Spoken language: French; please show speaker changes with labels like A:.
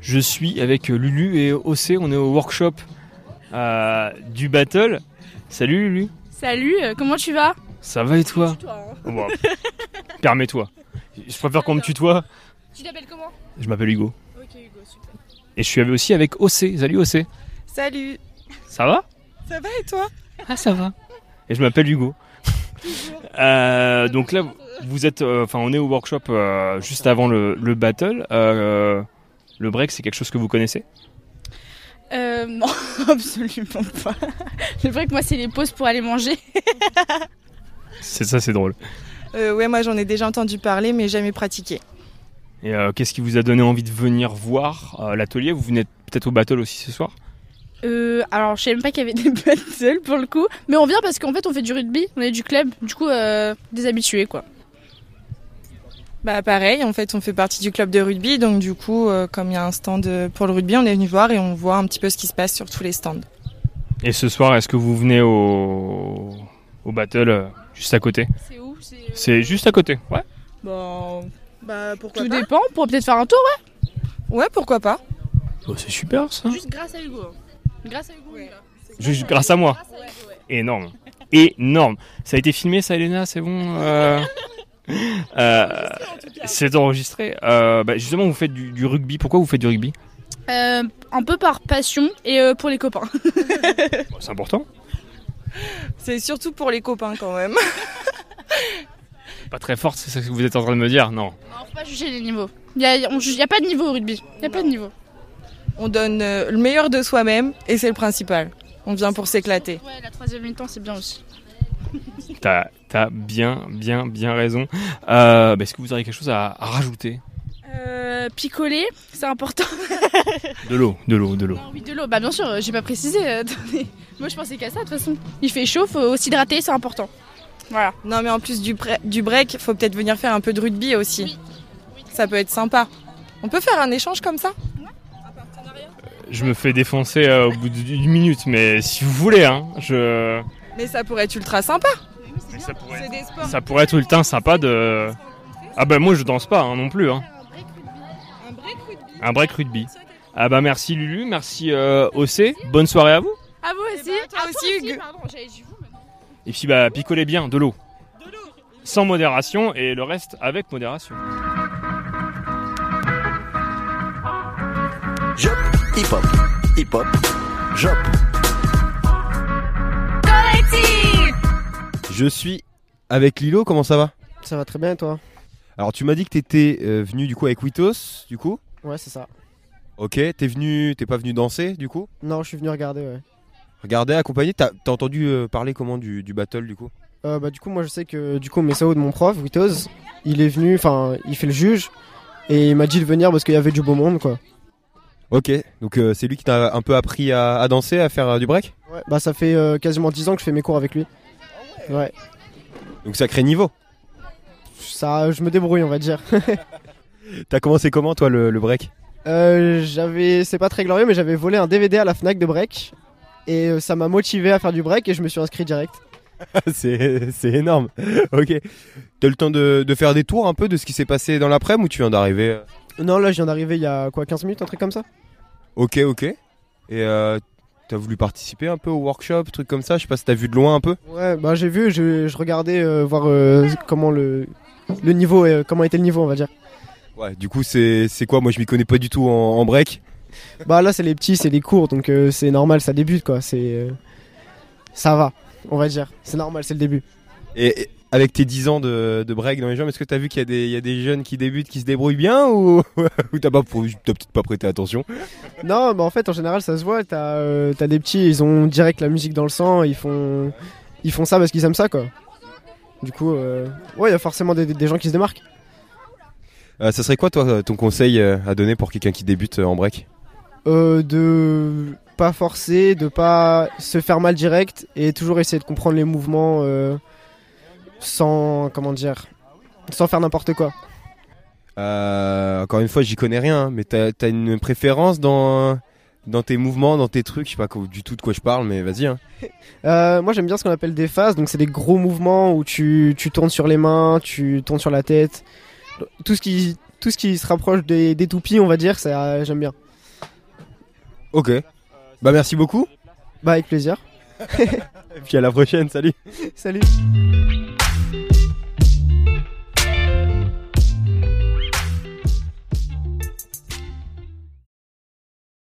A: Je suis avec Lulu et OC, on est au workshop euh, du battle. Salut Lulu,
B: Salut, euh, comment tu vas
A: ça va et toi Bon, Oh, bah, Permets-toi. Je préfère qu'on me tutoie.
B: Tu t'appelles comment
A: Je m'appelle Hugo.
B: Ok Hugo, super.
A: Et je suis aussi avec OC. Salut OC.
C: Salut
A: Ça va
C: Ça va et toi
A: Ah ça va. Et je m'appelle Hugo. Euh, donc là, vous êtes, euh, enfin on est au workshop euh, juste avant le, le battle. Euh, le break, c'est quelque chose que vous connaissez
B: Euh, non, absolument pas. C'est vrai que moi, c'est les pauses pour aller manger.
A: C'est ça, c'est drôle.
C: Euh, Ouais, moi j'en ai déjà entendu parler mais jamais pratiqué.
A: Et euh, qu'est-ce qui vous a donné envie de venir voir euh, l'atelier Vous venez peut-être au battle aussi ce soir
B: Euh, alors, je sais même pas qu'il y avait des battles pour le coup. Mais on vient parce qu'en fait, on fait du rugby, on est du club. Du coup, euh, des habitués quoi.
C: Bah pareil, en fait on fait partie du club de rugby donc du coup euh, comme il y a un stand euh, pour le rugby on est venu voir et on voit un petit peu ce qui se passe sur tous les stands.
A: Et ce soir, est-ce que vous venez au, au battle euh, juste à côté
B: C'est euh, où
A: C'est juste à côté, ouais.
C: Bon, bah pourquoi
B: Tout dépend, on pourrait peut-être faire un tour, ouais.
C: Ouais pourquoi pas
A: Oh, c'est super ça.
B: Juste grâce à Hugo. hein. Grâce à Hugo,
C: Ouais.
A: Juste grâce à moi. Énorme. Énorme. Ça a été filmé, ça, Elena, c'est bon euh, euh, C'est enregistré. Euh, bah, justement, vous faites du, du rugby. Pourquoi vous faites du rugby
B: Euh, un peu par passion et euh, pour les copains.
A: Bah, C'est important.
C: C'est surtout pour les copains quand même.
A: Pas très forte, c'est ça que vous êtes en train de me dire Non.
B: Non, faut pas juger les niveaux. Il y a, on juge- y a pas de niveau au rugby. Il y a pas de niveau.
C: On donne euh, le meilleur de soi-même et c'est le principal. On vient pour s'éclater.
B: Ouais, la troisième mi-temps, c'est bien aussi.
A: T'as t'as bien, bien, bien raison. Euh, bah, Est-ce que vous auriez quelque chose à, à rajouter
B: Euh, picoler, c'est important.
A: De l'eau, de l'eau, de l'eau.
B: Non, oui, de l'eau. Bah, bien sûr, euh, j'ai pas précisé. euh, attendez. Moi, je pensais qu'à ça, de toute façon. Il fait chaud, faut s'hydrater, c'est important. Voilà.
C: Non mais en plus du, pre- du break, faut peut-être venir faire un peu de rugby aussi.
B: Oui.
C: Ça peut être sympa. On peut faire un échange comme ça
A: Je me fais défoncer euh, au bout d'une minute, mais si vous voulez, hein, je.
C: Mais ça pourrait être ultra sympa.
A: Mais ça pourrait
C: C'est des sports.
A: Ça pourrait être ultra sympa de. Ah bah moi je danse pas hein, non plus. Hein.
C: Un break rugby.
A: Un break rugby. Ah bah merci Lulu, merci euh, OC, bonne soirée à vous.
B: À vous aussi.
C: ben, toi
B: Ah,
C: aussi, Hugues.
B: Pardon, j'avais dit vous. maintenant.
A: Et puis bah picolez bien, de l'eau. Sans modération et le reste avec modération.
D: Jop, hip hop, hip hop, jop.
E: Je suis avec Lilo, comment ça va
F: Ça va très bien et toi
E: Alors tu m'as dit que t'étais euh, venu du coup avec Witos, du coup
F: Ouais, c'est ça.
E: Ok, t'es venu, t'es pas venu danser du coup
F: Non, je suis venu regarder, ouais.
E: Regardez, accompagné, t'as t'as entendu euh, parler comment du, du battle du coup
F: Euh, bah, du coup, moi, je sais que du coup, Messao de mon prof, Witos, il est venu, enfin, il fait le juge et il m'a dit de venir parce qu'il y avait du beau monde, quoi.
E: Ok, donc euh, c'est lui qui t'a un peu appris à, à danser, à faire euh, du break
F: Ouais, bah, ça fait euh, quasiment 10 ans que je fais mes cours avec lui. Ouais,
E: Donc sacré niveau
F: ça, je me débrouille, on va dire.
E: T'as commencé comment toi le, le break
F: Euh, j'avais, c'est pas très glorieux, mais j'avais volé un DVD à la Fnac de break et euh, ça m'a motivé à faire du break et je me suis inscrit direct.
E: C'est c'est énorme Ok, t'as eu le temps de, de faire des tours un peu de ce qui s'est passé dans l'après-midi ou tu viens d'arriver euh
F: Non, là, je viens d'arriver il y a quoi, 15 minutes, un truc comme ça
E: Ok, ok. Et euh, t'as voulu participer un peu au workshop, truc comme ça Je sais pas si t'as vu de loin un peu
F: Ouais, bah, j'ai vu, je, je regardais euh, voir euh, comment le, le niveau, euh, comment était le niveau, on va dire.
E: Ouais, du coup, c'est c'est quoi Moi, je m'y connais pas du tout en, en break.
F: Bah là c'est les petits, c'est les cours, donc euh, c'est normal, ça débute quoi, c'est... euh, ça va, on va dire, c'est normal, c'est le début.
E: Et, et avec tes 10 ans de, de break dans les jambes, est-ce que t'as vu qu'il y, a des- il y a des jeunes qui débutent, qui se débrouillent bien Ou, ou t'as pas- t'as peut-être pas prêté attention
F: Non, bah en fait en général ça se voit, t'as euh, t'as des petits, ils ont direct la musique dans le sang, ils font, ils font ça parce qu'ils aiment ça quoi. Du coup, euh, ouais, il y a forcément des, des- des gens qui se démarquent.
E: Euh, Ça serait quoi, toi, ton conseil euh, à donner pour quelqu'un qui débute euh, en break
F: Euh, de pas forcer, de pas se faire mal direct et toujours essayer de comprendre les mouvements euh, sans, comment dire, sans faire n'importe quoi.
E: Euh, Encore une fois, j'y connais rien, hein, mais t'as as une préférence dans, dans tes mouvements, dans tes trucs Je sais pas co- du tout de quoi je parle, mais vas-y. hein.
F: Euh, moi j'aime bien ce qu'on appelle des phases, donc c'est des gros mouvements où tu, tu tournes sur les mains, tu tournes sur la tête, tout ce qui, tout ce qui se rapproche des, des toupies on va dire, ça euh, j'aime bien.
E: Ok. Bah merci beaucoup.
F: Bah avec plaisir.
E: Et puis à la prochaine, salut.
F: Salut.